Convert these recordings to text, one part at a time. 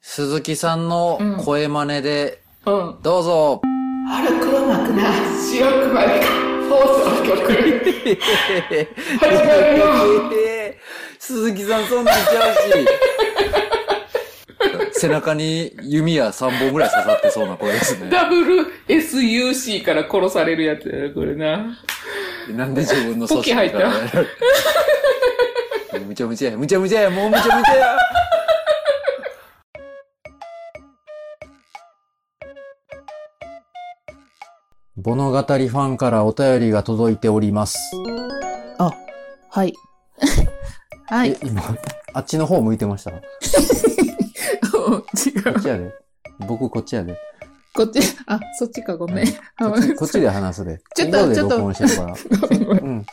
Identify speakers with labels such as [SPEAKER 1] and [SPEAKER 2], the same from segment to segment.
[SPEAKER 1] 鈴木さんの声真似で、
[SPEAKER 2] うん。
[SPEAKER 1] どうぞ、
[SPEAKER 2] 春黒幕な白くまでか放送局。 始まるよ。
[SPEAKER 1] 鈴木さんそんなんちゃうし。 背中に弓矢3本ぐらい刺さってそうな声ですね。
[SPEAKER 2] WSUC から殺されるやつだよ、これな。
[SPEAKER 1] なんで自分の
[SPEAKER 2] ポキ入った
[SPEAKER 1] 組織から むちゃむちゃや、むちゃむちゃや、もうむちゃむちゃや。物語ファンからお便りが届いております。
[SPEAKER 3] はい。はい。
[SPEAKER 1] え、今、あっちの方向いてま した。こ
[SPEAKER 3] 違う。
[SPEAKER 1] っちやで。僕こっちやで。
[SPEAKER 3] こっち、あ、そっちか、ごめん。
[SPEAKER 1] こっちこっちで話すで。
[SPEAKER 3] ちょっと
[SPEAKER 1] 今で
[SPEAKER 3] ちょっと
[SPEAKER 1] 録音してるから。うん。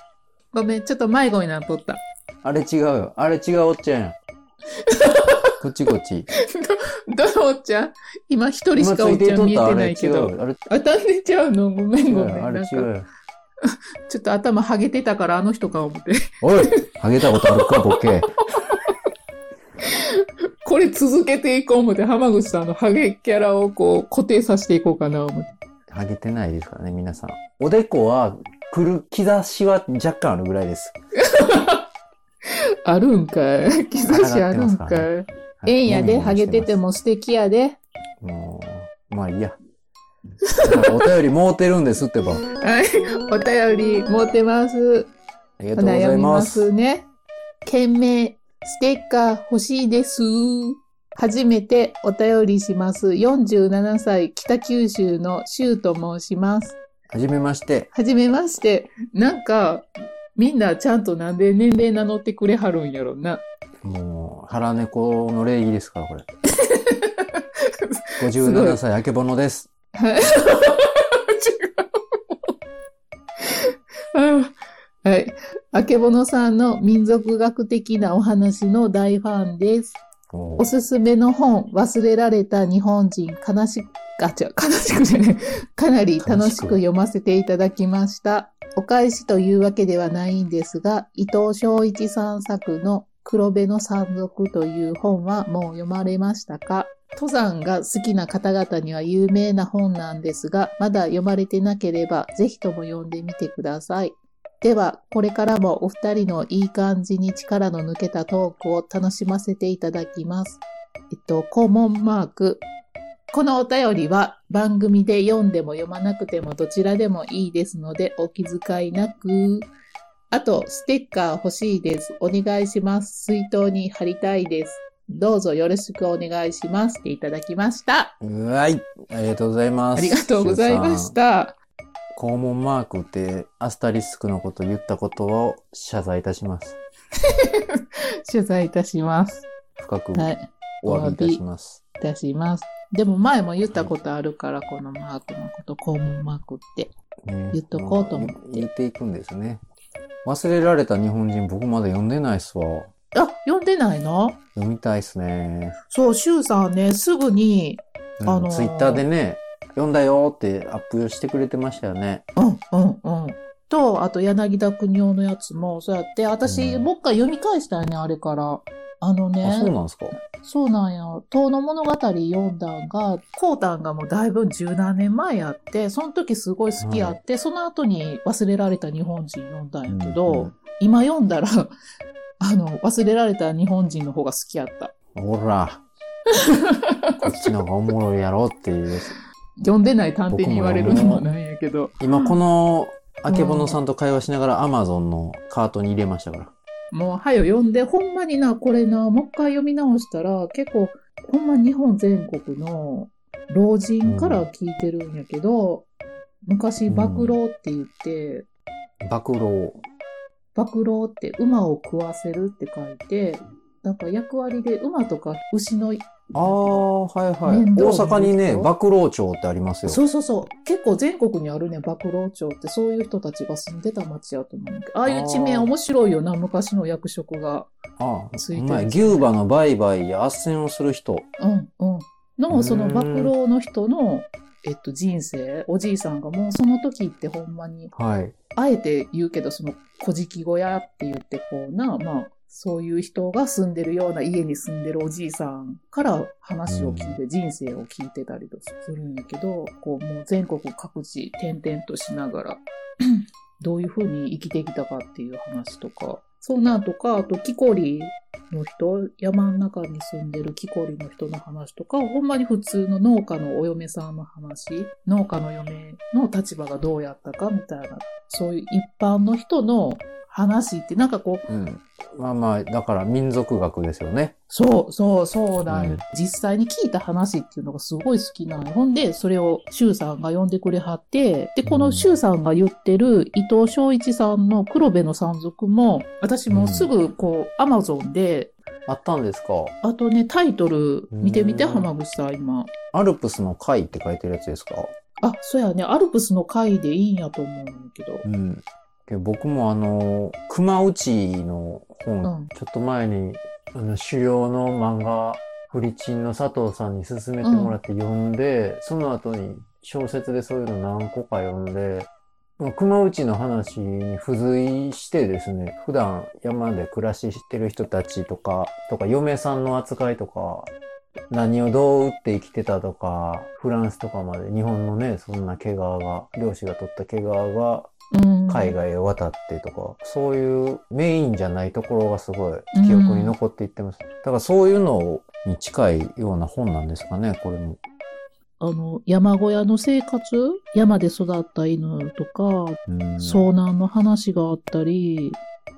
[SPEAKER 3] ごめん、ちょっと迷子になっとった。
[SPEAKER 1] あれ違うよ。あれ違うおっちゃんやん。こっちこっち。
[SPEAKER 3] どのおっちゃん今一人しかおっちゃん見えてないけ
[SPEAKER 1] 今ついていとった
[SPEAKER 3] ど。
[SPEAKER 1] らあれ違うよ。
[SPEAKER 3] あ、たんでちゃうのごめんごめん。
[SPEAKER 1] あれ
[SPEAKER 3] なん
[SPEAKER 1] 違
[SPEAKER 3] か
[SPEAKER 1] うよ。あれ違うよ。
[SPEAKER 3] ちょっと頭ハゲてたからあの人か思って。
[SPEAKER 1] おいハゲたことあるか、ボケ。
[SPEAKER 3] これ続けていこう思って、浜口さんのハゲキャラをこう固定させていこうかな思って。
[SPEAKER 1] ハゲてないですからね、皆さん。おでこは、来る兆しは若干あるぐらいです。
[SPEAKER 3] あるん かい。兆しある
[SPEAKER 1] 上がって
[SPEAKER 3] ん
[SPEAKER 1] ますか
[SPEAKER 3] かい。
[SPEAKER 1] らはい
[SPEAKER 3] ええんやで、
[SPEAKER 1] も
[SPEAKER 3] ハ
[SPEAKER 1] み
[SPEAKER 3] ゲ
[SPEAKER 1] もみして
[SPEAKER 3] て
[SPEAKER 1] ま
[SPEAKER 3] も素敵やで。
[SPEAKER 1] す。もう、まあいいや。なんかお便りもうてるんですってば。あ
[SPEAKER 3] はい。 お便り、持ってます。
[SPEAKER 1] りがと
[SPEAKER 3] お
[SPEAKER 1] うござ
[SPEAKER 3] 悩
[SPEAKER 1] い
[SPEAKER 3] みま
[SPEAKER 1] ます。
[SPEAKER 3] すね。件名、ステッカー欲しいです。初めてお便りします。47歳、北九州の周と申します。
[SPEAKER 1] はじめまして。
[SPEAKER 3] はじめまして。なんか、みんなちゃんとなんで年齢名乗ってくれはるんやろな。
[SPEAKER 1] もう、腹猫の礼儀ですから、 これ。
[SPEAKER 3] すご
[SPEAKER 1] 57
[SPEAKER 3] い
[SPEAKER 1] 歳、あけぼのです。
[SPEAKER 3] はい違う。あはい。あけぼのさんの民族学的なお話の大ファンです。
[SPEAKER 1] お
[SPEAKER 3] おすすめの本、忘れられた日本人、悲しく、あ、違う、悲しくじゃない。かなり楽しく読ませていただきました。お返しというわけではないんですが、伊藤昭一さん作の黒部の山賊という本はもう読まれましたか登山が好きな方々には有名な本なんですが、まだ読まれてなければ、ぜひとも読んでみてください。では、これからもお二人のいい感じに力の抜けたトークを楽しませていただきます。えっと、コモンマーク。このお便りは番組で読んでも読まなくてもどちらでもいいですのでお気遣いなく。あと、ステッカー欲しいです。お願いします。水筒に貼りたいです。どうぞよろしくお願いします。っていただきました。
[SPEAKER 1] はい。ありがとうございます。
[SPEAKER 3] ありがとうございまし
[SPEAKER 1] シュウさん。
[SPEAKER 3] た。
[SPEAKER 1] 肛門マークってアスタリスクのこと言ったことを謝罪いたします。
[SPEAKER 3] 取材いたします。
[SPEAKER 1] 深く
[SPEAKER 3] はい。
[SPEAKER 1] お詫びいたします。
[SPEAKER 3] いたします。でも前も言ったことあるから、このマークのこと、肛門マークって。
[SPEAKER 1] ね
[SPEAKER 3] 言っとこうと思って
[SPEAKER 1] も言っていくんですね。忘れられた日本人僕まだ読んでないっすわ。
[SPEAKER 3] あ、読んでないの
[SPEAKER 1] 読みたいっすね。
[SPEAKER 3] そう、シュウさんね、すぐに、
[SPEAKER 1] うん
[SPEAKER 3] あのー
[SPEAKER 1] ツイッターでね、読んだよってアップしてくれてましたよね。
[SPEAKER 3] うん、うん、うん。と、あと、柳田国夫のやつも、そうやって、私、
[SPEAKER 1] うん
[SPEAKER 3] もう一回読み返したよね、あれから。あの
[SPEAKER 1] あ、
[SPEAKER 3] ね
[SPEAKER 1] そう、なんですか。
[SPEAKER 3] そうなんや。遠の物語読んだんが、コウタンがもうだいぶ十何年前やって、その時すごい好きやって、その後に忘れられた日本人読んだんやけど、
[SPEAKER 1] うんうん
[SPEAKER 3] 今読んだら、あの、忘れられた日本人の方が好きやった。
[SPEAKER 1] ほ ら。こっちの方がおもろいやろっていう。
[SPEAKER 3] 読んでない探偵に言われるのもなんやけど、
[SPEAKER 1] 今この、あけぼのさんと会話しながら Amazon のカートに入れましたから。
[SPEAKER 3] もう、はよ読んで、ほんまにな、これな、もう一回読み直したら、結構、ほんま日本全国の老人から聞いてるんやけど、昔、暴露って言って、
[SPEAKER 1] 暴露。
[SPEAKER 3] 爆狼って馬を食わせるって書いて、なんか役割で馬とか牛の、
[SPEAKER 1] ああ、はいはい。
[SPEAKER 3] 面
[SPEAKER 1] 大
[SPEAKER 3] 倒
[SPEAKER 1] 阪にね、
[SPEAKER 3] 面
[SPEAKER 1] 暴
[SPEAKER 3] 倒
[SPEAKER 1] 露町ってありますよ。
[SPEAKER 3] そうそうそう、結構全国にあるね、爆狼町ってそういう人たちが住んでた町やと思うんだけど、ああいう地名
[SPEAKER 1] あー
[SPEAKER 3] 面白いよな、昔の役職が。
[SPEAKER 1] ああ、
[SPEAKER 3] ついて
[SPEAKER 1] お
[SPEAKER 3] る
[SPEAKER 1] 前、牛馬の売買や斡旋をする人。
[SPEAKER 3] うんうん。
[SPEAKER 1] うー
[SPEAKER 3] の、
[SPEAKER 1] ん
[SPEAKER 3] その爆狼の人の、えっと、人生、おじいさんがもうその時ってほんまに、
[SPEAKER 1] はい。
[SPEAKER 3] あえて言うけど、その、小じき小屋って言ってこうな、まあ、そういう人が住んでるような家に住んでるおじいさんから話を聞いて、人生を聞いてたりとかするんやけど、こうもう全国各地転々としながら、 どういうふうに生きてきたかっていう話とか、そうなんとか、あとキコリの人、山の中に住んでるキコリの人の話とか、ほんまに普通の農家のお嫁さんの話、農家の嫁の立場がどうやったかみたいな、そういう一般の人の話ってなんかこう、
[SPEAKER 1] うん。まあまあ、だから民族学ですよね。
[SPEAKER 3] そうそうそうなんよ、
[SPEAKER 1] うん
[SPEAKER 3] 実際に聞いた話っていうのがすごい好きなのよ。ほんで、それを周さんが呼んでくれはって、で、この周さんが言ってる伊藤昭一さんの黒部の山賊も、私もすぐこう、アマゾンで、
[SPEAKER 1] あったんですか。
[SPEAKER 3] あとね、タイトル見てみて、
[SPEAKER 1] うん
[SPEAKER 3] 浜口さん今。
[SPEAKER 1] アルプスの会って書いてるやつですか。
[SPEAKER 3] あ、そうやね、アルプスの会でいいんやと思うんだけど。
[SPEAKER 1] うん。けど僕もあの、熊内の本、
[SPEAKER 3] うん
[SPEAKER 1] ちょっと前に、あの、狩猟の漫画、フリチンの佐藤さんに勧めてもらって読んで、その後に小説でそういうの何個か読んで、まあ熊内の話に付随してですね、普段山で暮らししてる人たちとか、とか嫁さんの扱いとか、何をどう打って生きてたとか、フランスとかまで日本のね、そんな毛皮が、漁師が取った毛皮が
[SPEAKER 3] うん。
[SPEAKER 1] 海外へ渡ってとか、そういうメインじゃないところがすごい記憶に残っていってます。だからそういうのに近いような本なんですかね、これも。
[SPEAKER 3] あの、山小屋の生活山で育った犬とか、
[SPEAKER 1] うん
[SPEAKER 3] 遭難の話があったり、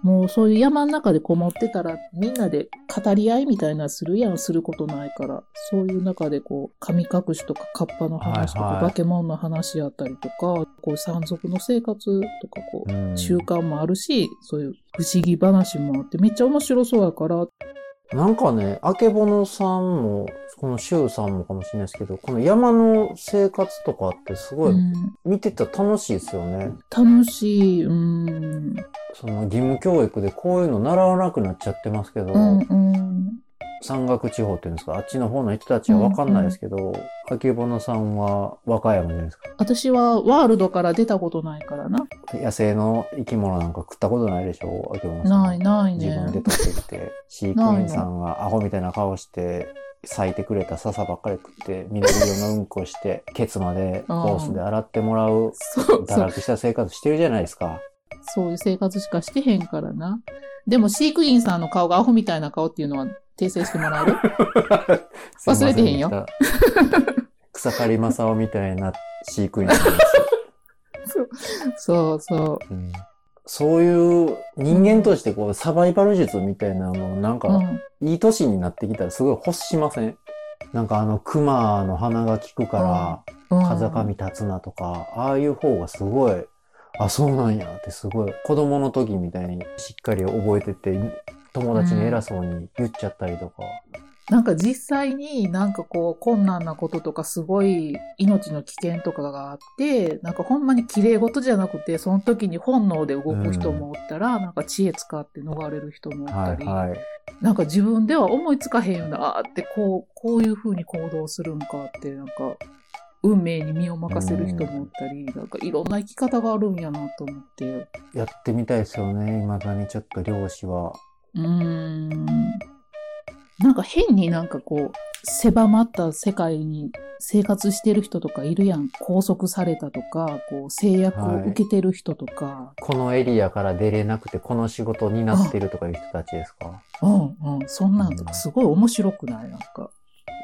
[SPEAKER 3] もうそういう山の中でこもってたらみんなで語り合いみたいなするやん、することないから。そういう中でこう、神隠しとかカッパの話とか、
[SPEAKER 1] はいはい
[SPEAKER 3] 化け物の話やったりとか、こう山賊の生活とかこう、
[SPEAKER 1] うん
[SPEAKER 3] 習慣もあるし、そういう不思議話もあって、めっちゃ面白そうやから、
[SPEAKER 1] なんかね、あけぼのさんも、この周さんもかもしれないですけど、この山の生活とかってすごい
[SPEAKER 3] うん
[SPEAKER 1] 見てたら楽しいですよね。
[SPEAKER 3] 楽しい、うん、
[SPEAKER 1] その義務教育でこういうの習わなくなっちゃってますけど、
[SPEAKER 3] うん、うん。
[SPEAKER 1] 山岳地方っていうんですか、あっちの方の人たちはわかんないですけど、あけぼのさんは和歌山じゃないですか。
[SPEAKER 3] 私はワールドから出たことないからな。
[SPEAKER 1] 野生の生き物なんか食ったことないでしょあけぼのさん。
[SPEAKER 3] ないないね。
[SPEAKER 1] 自分で取ってきて、飼育員さんがアホみたいな顔して、咲いてくれた笹ばっかり食って、緑色のうんこして、ケツまでホースで洗ってもらう、
[SPEAKER 3] そう
[SPEAKER 1] 堕
[SPEAKER 3] そう。
[SPEAKER 1] 落した生活してるじゃないですか。
[SPEAKER 3] そういう生活しかしてへんからな。でも飼育員さんの顔がアホみたいな顔っていうのは訂正してもらえる忘れてへんよ
[SPEAKER 1] すいませんでした。草刈正雄みたいな飼育員さんです。
[SPEAKER 3] そうそ
[SPEAKER 1] う
[SPEAKER 3] う。
[SPEAKER 1] んそういう人間としてこうサバイバル術みたいなのをなんか、
[SPEAKER 3] うん、
[SPEAKER 1] いい年になってきたらすごい欲しませんなんかあの、熊の鼻が効くから、
[SPEAKER 3] うん
[SPEAKER 1] 風上立つなとか、ああいう方がすごい、あ、そうなんやってすごい、子供の時みたいにしっかり覚えてて、友達に偉そうに言っちゃったりとか。
[SPEAKER 3] なんか実際になんかこう困難なこととかすごい命の危険とかがあって、なんかほんまに綺麗事じゃなくて、その時に本能で動く人もおったら、なんか知恵使って逃れる人もおった
[SPEAKER 1] はい
[SPEAKER 3] り、
[SPEAKER 1] はい。
[SPEAKER 3] なんか自分では思いつかへんような、あーってこう、こういう風に行動するんかって、なんか、運命に身を任せる人もおったり、なんかいろんな生き方があるんやなと思って。
[SPEAKER 1] やってみたいですよね。未だにちょっと漁師は。
[SPEAKER 3] うーん。なんか変になんかこう、狭まった世界に生活してる人とかいるやん。拘束されたとか、こう、制約を受けてる人とか。
[SPEAKER 1] このエリアから出れなくて、この仕事になってるとかいう人たちですか
[SPEAKER 3] うんうん。そんなんとかすごい面白くないなんか。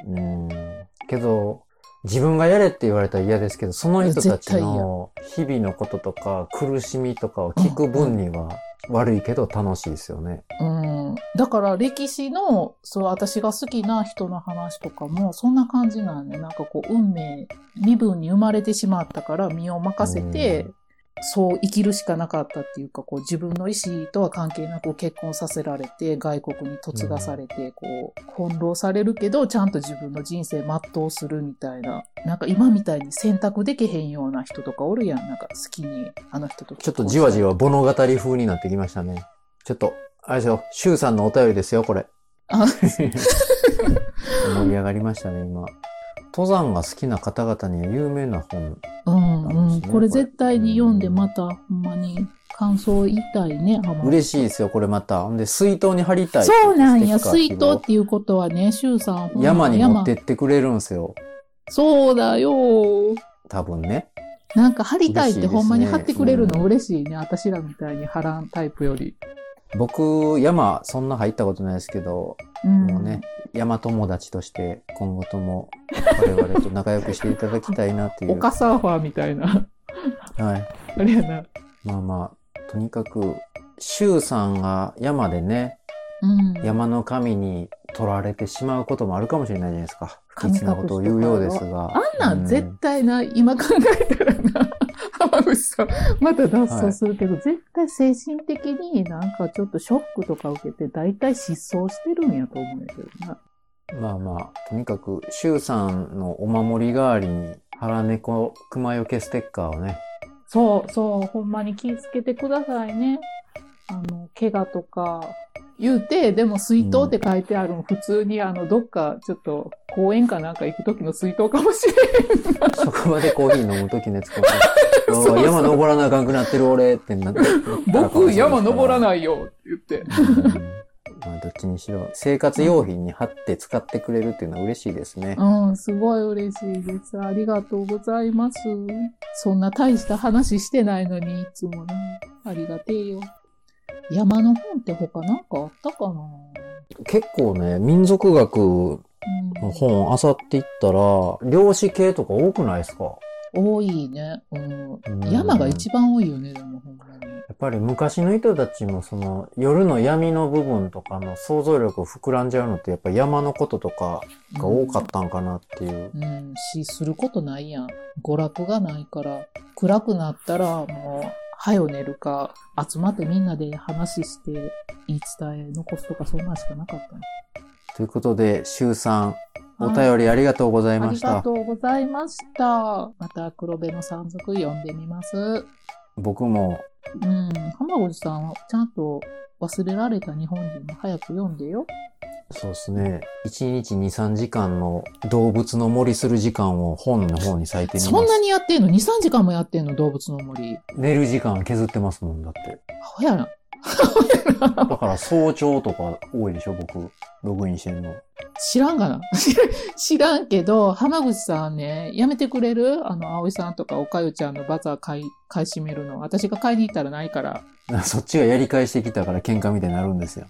[SPEAKER 1] うん。けど、自分がやれって言われたら嫌ですけど、その人たちの日々のこととか苦しみとかを聞く分には悪いけど楽しいですよね。
[SPEAKER 3] うん、だから歴史の、そう、私が好きな人の話とかも、そんな感じなんね。なんかこう、運命、身分に生まれてしまったから身を任せて、そう生きるしかなかったっていうか、こう、自分の意思とは関係なく結婚させられて、外国に嫁がされて、こう、翻弄されるけど、ちゃんと自分の人生全うするみたいな。なんか今みたいに選択できへんような人とかおるやん。なんか好きに、あの人と
[SPEAKER 1] ちょ
[SPEAKER 3] 結
[SPEAKER 1] っと
[SPEAKER 3] 婚
[SPEAKER 1] じ
[SPEAKER 3] した
[SPEAKER 1] わじわ物語風になってきましたね。ちょっと、あれですよ、シュウさ んのお便りですよ、これ。
[SPEAKER 3] あ
[SPEAKER 1] 盛り上がりましたね、今。登山が好きな方々には有名な本。
[SPEAKER 3] うんう
[SPEAKER 1] そ
[SPEAKER 3] ん。
[SPEAKER 1] うですね
[SPEAKER 3] これ絶対に読んでまた、ほんまに感想を言いたいね、あ
[SPEAKER 1] 嬉しいですよ、これまた。ほんで、水筒に貼りたい。
[SPEAKER 3] そうなんや。
[SPEAKER 1] ステ
[SPEAKER 3] 水
[SPEAKER 1] ッ
[SPEAKER 3] 筒
[SPEAKER 1] カー
[SPEAKER 3] っていうことはね、シュウさん。ほんま
[SPEAKER 1] 山に持ってってくれるんですよ。
[SPEAKER 3] そうだよ。
[SPEAKER 1] 多分ね。
[SPEAKER 3] なんか貼りたいってほんまに貼ってくれるの
[SPEAKER 1] 嬉
[SPEAKER 3] 嬉しいね。私らみたいに貼らんタイプより。
[SPEAKER 1] 僕、山、そんな入ったことないですけど、
[SPEAKER 3] うん。
[SPEAKER 1] もうね、山友達として、今後とも、我々と仲良くしていただきたいなっていう。
[SPEAKER 3] 丘
[SPEAKER 1] は
[SPEAKER 3] サーファーみたいな。
[SPEAKER 1] い。
[SPEAKER 3] あれやな。
[SPEAKER 1] まあまあ、とにかく、周さんが山でね、
[SPEAKER 3] うん。
[SPEAKER 1] 山の神に取られてしまうこともあるかもしれないじゃないですか。不吉なことを言うようですが。
[SPEAKER 3] あんなん絶対な、今考えたらな、 浜口さん、また脱走するけど、絶対精神的になんかちょっとショックとか受けて、大体失踪してるんやと思うんやけどな。
[SPEAKER 1] うんまあまあ、とにかく、周さんのお守り代わりに、腹猫熊よけステッカーをね、
[SPEAKER 3] そうそう、ほんまに気ぃつけてくださいね。あの、怪我とか言うて、でも水筒って書いてあるの、普通にあの、どっかちょっと公園かなんか行く時の水筒かもしれん。
[SPEAKER 1] 職場でコーヒー飲むときのやつかも しれない
[SPEAKER 3] そうそう
[SPEAKER 1] あー山登らなあかんくなってる俺ってなって。
[SPEAKER 3] 僕、山登ら
[SPEAKER 1] い。
[SPEAKER 3] ないよって言って。
[SPEAKER 1] まあ、どっちにしろ、生活用品に貼って使ってくれるっていうのは嬉しいですね。
[SPEAKER 3] うん、すごい嬉しいです。ありがとうございます。そんな大した話してないのに、いつもね。ありがてえよ。山の本って他なんかあったかな、
[SPEAKER 1] 結構ね、民族学
[SPEAKER 3] う
[SPEAKER 1] の
[SPEAKER 3] ん、
[SPEAKER 1] 本を漁っていったら、漁師系とか多くないですか
[SPEAKER 3] 多いね、うん
[SPEAKER 1] うん。
[SPEAKER 3] 山が一番多いよね、でもほんまに。
[SPEAKER 1] やっぱり昔の人たちもその夜の闇の部分とかの想像力膨らんじゃうのってやっぱ山のこととかが多かったんかなっていう。
[SPEAKER 3] うん、し、することないやん。娯楽がないから。暗くなったら、もう、はよ寝るか、集まってみんなで話して、言い伝え残すとか、そんなんしかなかったね。
[SPEAKER 1] ということで、周さん、お
[SPEAKER 3] はい
[SPEAKER 1] 便りありがとうござい
[SPEAKER 3] あ
[SPEAKER 1] ま
[SPEAKER 3] り
[SPEAKER 1] し
[SPEAKER 3] が
[SPEAKER 1] た。
[SPEAKER 3] とうございました。また黒部の山賊読んでみます。うん。
[SPEAKER 1] 僕も、
[SPEAKER 3] 浜口さんはちゃんと忘れられた日本人も早く読んでよ。
[SPEAKER 1] そうですね、1日2、3時間の動物の森する時間を本の方に割いてみます。
[SPEAKER 3] そんなにやってんの ?2、3時間もやってんの動物の森。
[SPEAKER 1] 寝る時間削ってますもんだ って。
[SPEAKER 3] アホやな。
[SPEAKER 1] だから早朝とか多いでしょ、僕。ログインしてんの。
[SPEAKER 3] 知らんがな。 知らんけど、浜口さんね、やめてくれるあの、葵さんとかおかゆちゃんのバザー買い、買い占めるの。私が買いに行ったらないから。
[SPEAKER 1] そっちがやり返してきたから喧嘩みたいになるんですよ。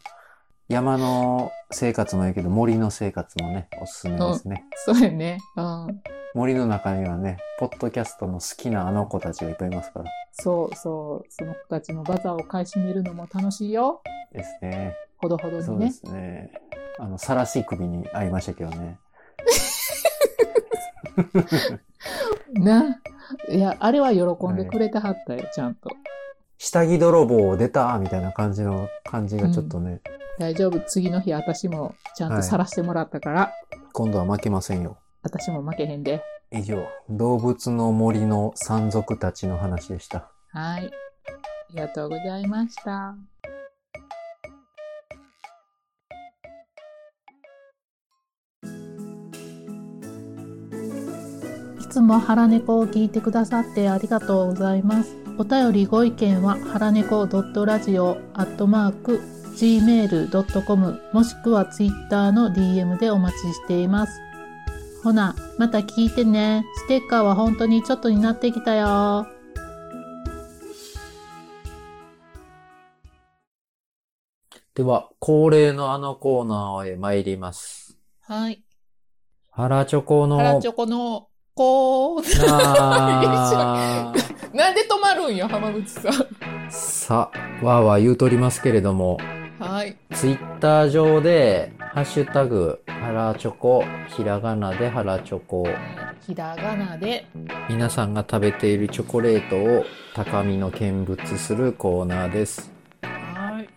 [SPEAKER 1] 山の生活もいいけど、森の生活もね、おすすめですね。
[SPEAKER 3] そうやね。うん。
[SPEAKER 1] 森の中にはね、ポッドキャストの好きなあの子たちがいっぱいいますから。
[SPEAKER 3] そうそう。その子たちのバザーを買い占めるのも楽しいよ。
[SPEAKER 1] ですね。
[SPEAKER 3] ほどほど
[SPEAKER 1] そ
[SPEAKER 3] に
[SPEAKER 1] うで
[SPEAKER 3] ね。
[SPEAKER 1] すね。あの、さらし首にありましたけどね。
[SPEAKER 3] な。いや、あれは喜んでくれてはったよ、ちゃんと。
[SPEAKER 1] 下着泥棒出たみたいな感じの感じがちょっとね、
[SPEAKER 3] 大丈夫、次の日私もちゃん
[SPEAKER 1] は
[SPEAKER 3] と
[SPEAKER 1] い
[SPEAKER 3] 晒してもらったから、
[SPEAKER 1] 今度は負けませんよ。
[SPEAKER 3] 私も負けへんで。
[SPEAKER 1] 以上、動物の森の山賊たちの話でした。
[SPEAKER 3] はい。ありがとうございました。いつも腹猫を聞いてくださってありがとうございます。お便りご意見は腹猫ドットラジオアットマーク gmail.com もしくはツイッターの DM でお待ちしています。ほな、また聞いてね。ステッカーは本当にちょっとになってきたよ。
[SPEAKER 1] では、恒例のあのコーナーへ参ります。
[SPEAKER 3] はい。
[SPEAKER 1] 腹チョコの
[SPEAKER 3] ハラチョコの、こう、
[SPEAKER 1] なあ
[SPEAKER 3] なんで止まるんよ、浜口さん。
[SPEAKER 1] さあ、わーわー言うとりますけれども、
[SPEAKER 3] はい。
[SPEAKER 1] ツイッター上で、ハッシュタグ、腹チョコ、ひらがなで腹チョコ、
[SPEAKER 3] ひらがなで、
[SPEAKER 1] 皆さんが食べているチョコレートを高みの見物するコーナーです。
[SPEAKER 3] はい。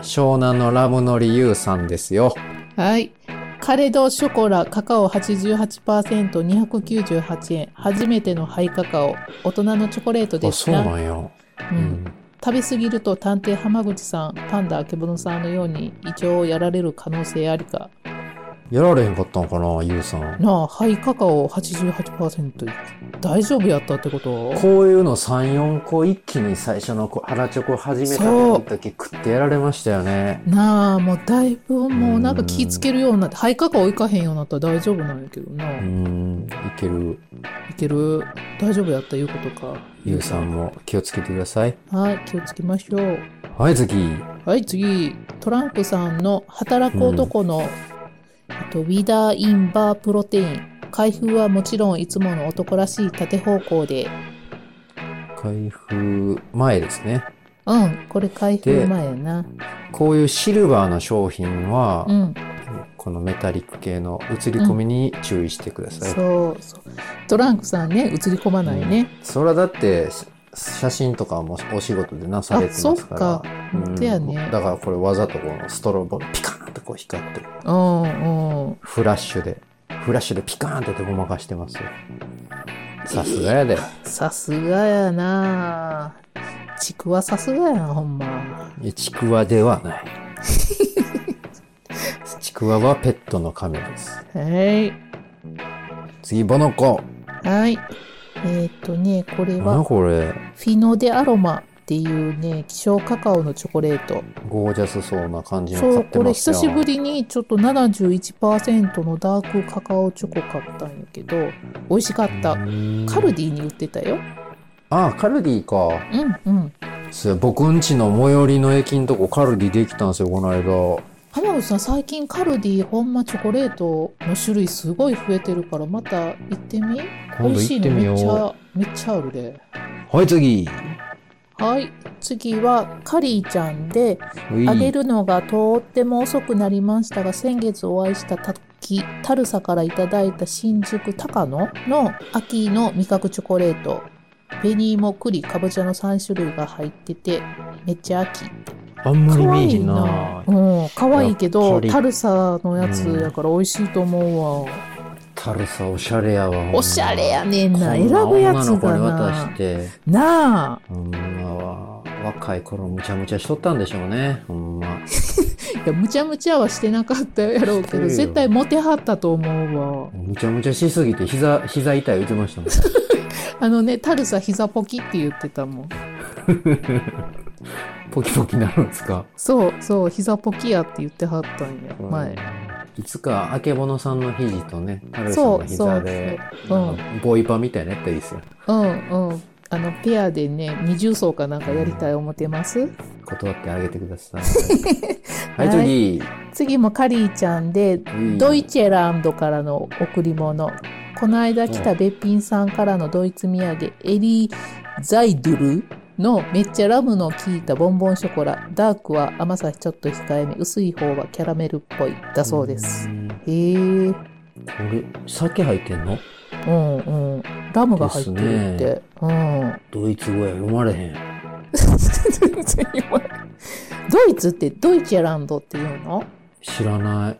[SPEAKER 1] 湘南のラムのリユウさんですよ。
[SPEAKER 3] はい。カレドショコラカカオ 88%298 円。初めてのハイカカオ。大人のチョコレートで
[SPEAKER 1] あ、
[SPEAKER 3] し
[SPEAKER 1] そう
[SPEAKER 3] た。
[SPEAKER 1] なんや。
[SPEAKER 3] う
[SPEAKER 1] うんん。
[SPEAKER 3] 食べ過ぎると探偵浜口さん、パンダあけぼのさんのように胃腸をやられる可能性ありか。
[SPEAKER 1] やられへんかったんかな、ゆうさん。
[SPEAKER 3] なあ、ハイカカオ88%大丈夫やったってこと
[SPEAKER 1] こういうの3、4個一気に最初のこう腹チョコ始めた時食ってやられましたよね。
[SPEAKER 3] なあ、もうだいぶもうなんか気ぃつけるようになって、ハイカカオいかへんようになったら大丈夫なんやけどな。
[SPEAKER 1] う
[SPEAKER 3] い
[SPEAKER 1] ん、いける。
[SPEAKER 3] ける。大丈夫やったいうことか。
[SPEAKER 1] ゆうさんも気をつけてください。
[SPEAKER 3] はい、気をつけましょう。
[SPEAKER 1] はい、次。
[SPEAKER 3] はい、次。トランプさんの働く男の、えっとウィダーインバープロテイン。開封はもちろんいつもの男らしい縦方向で。
[SPEAKER 1] 開封前ですね。
[SPEAKER 3] うん、これ開封前やな。
[SPEAKER 1] こういうシルバーの商品は、
[SPEAKER 3] うん、
[SPEAKER 1] このメタリック系の映り込みに注意してください。
[SPEAKER 3] そうそう。トランプさんね、映り込まないね。
[SPEAKER 1] それはだってし写真とかもお仕事でなされてますから
[SPEAKER 3] あそっか本当やね
[SPEAKER 1] だからこれわざとこのストロボのピカーンとこう光ってる
[SPEAKER 3] うん、うん。
[SPEAKER 1] フラッシュでフラッシュでピカーンってやってごまかしてますよさすがやで
[SPEAKER 3] さすがやなちくわさすがやな、ほんま。
[SPEAKER 1] いやちくわではない ちくわはペットの亀です
[SPEAKER 3] はい。
[SPEAKER 1] 次ボノコ
[SPEAKER 3] はい。えーっ、とね、これ
[SPEAKER 1] な
[SPEAKER 3] は、
[SPEAKER 1] これ
[SPEAKER 3] フィノデアロマっていうね、希少カカオのチョコレート。
[SPEAKER 1] ゴージャスそうな感じの
[SPEAKER 3] そ
[SPEAKER 1] 買
[SPEAKER 3] う、
[SPEAKER 1] って
[SPEAKER 3] これ
[SPEAKER 1] ます
[SPEAKER 3] 久
[SPEAKER 1] よ
[SPEAKER 3] しぶりにちょっと71%のダークカカオチョコ買ったんやけど、美味しかった。カル
[SPEAKER 1] ィ
[SPEAKER 3] ディに売ってたよ。
[SPEAKER 1] あカルディか
[SPEAKER 3] うんうん。
[SPEAKER 1] そうや僕んちの最寄りの駅のとこカルディできたんですよこの間
[SPEAKER 3] 浜口さん、最近カルディほんまチョコレートの種類すごい増えてるから、また行ってみ美
[SPEAKER 1] 今度
[SPEAKER 3] 味し
[SPEAKER 1] 行
[SPEAKER 3] い
[SPEAKER 1] って
[SPEAKER 3] の
[SPEAKER 1] み
[SPEAKER 3] め
[SPEAKER 1] よ
[SPEAKER 3] っち
[SPEAKER 1] う。
[SPEAKER 3] ゃ、めっちゃあるで。
[SPEAKER 1] はい、次。
[SPEAKER 3] はい。次は、カリーちゃんで、
[SPEAKER 1] うい
[SPEAKER 3] あげるのがとっても遅くなりましたが、先月お会いした時、タルサからいただいた新宿高野の秋の味覚チョコレート。紅芋、栗、かぼちゃの3種類が入ってて、めっちゃ秋。
[SPEAKER 1] あんまり見えへん
[SPEAKER 3] 可
[SPEAKER 1] な。
[SPEAKER 3] うん、可愛いけ
[SPEAKER 1] やっぱ
[SPEAKER 3] ど、
[SPEAKER 1] り
[SPEAKER 3] タルサのやつやから美味しいと思うわ。
[SPEAKER 1] タルサおしゃれやわ。ほんま
[SPEAKER 3] おしゃれやねん
[SPEAKER 1] こんな
[SPEAKER 3] な。選ぶやつ
[SPEAKER 1] 女の子
[SPEAKER 3] が
[SPEAKER 1] に渡し
[SPEAKER 3] な。
[SPEAKER 1] て、
[SPEAKER 3] なあ。
[SPEAKER 1] ほんまは、若い頃むちゃむちゃしとったんでしょうね。ほんま。
[SPEAKER 3] いや、むちゃむちゃはしてなかったやろうけ
[SPEAKER 1] してるよ
[SPEAKER 3] ど、絶対モテはったと思うわ。
[SPEAKER 1] むちゃむちゃしすぎて膝、膝痛い言ってました もん。
[SPEAKER 3] あのね、タルサ膝ポキって言ってたもん。
[SPEAKER 1] ポキポキなるんですか
[SPEAKER 3] そうそう、膝ポキやって言ってはったんや、前。。
[SPEAKER 1] いつか、あけぼのさんの肘とね、タルサの膝で、
[SPEAKER 3] そうそう
[SPEAKER 1] なんかボイパみたいなやったらいいですよ。
[SPEAKER 3] うんうん。あの、ペアでね、二重奏かなんかやりたい思ってます
[SPEAKER 1] 断ってあげてくだ さい。はい、次。
[SPEAKER 3] 次もカリーちゃんで、
[SPEAKER 1] うい
[SPEAKER 3] ドイツェランドからの贈り物。この間来たべっぴんさんからのドイツ土産、エリザイドゥルのめっちゃラムの効いたボンボンショコラ。ダークは甘さちょっと控えめ、薄い方はキャラメルっぽい。だそうです。
[SPEAKER 1] ん
[SPEAKER 3] へえ、うん
[SPEAKER 1] これ、酒入ってんの
[SPEAKER 3] うん。ラムが入ってる
[SPEAKER 1] で
[SPEAKER 3] って。うん。
[SPEAKER 1] ドイツ語や読まれへん。
[SPEAKER 3] 全然言わないドイツってドイチェランドっていうの
[SPEAKER 1] 知らない。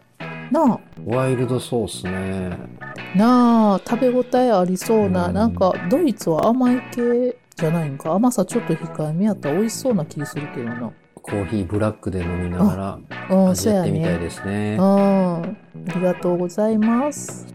[SPEAKER 3] な
[SPEAKER 1] ワイルドソースね。
[SPEAKER 3] あなあ食べ応えありそうな、
[SPEAKER 1] うん
[SPEAKER 3] なんかドイツは甘い系じゃないんか甘さちょっと控えめやったら美味しそうな気するけどな
[SPEAKER 1] コーヒーブラックで飲みなが
[SPEAKER 3] う
[SPEAKER 1] ら
[SPEAKER 3] ん
[SPEAKER 1] 味
[SPEAKER 3] そう
[SPEAKER 1] わ
[SPEAKER 3] や
[SPEAKER 1] ってみたい
[SPEAKER 3] ね
[SPEAKER 1] ですね。
[SPEAKER 3] うんありがとうございます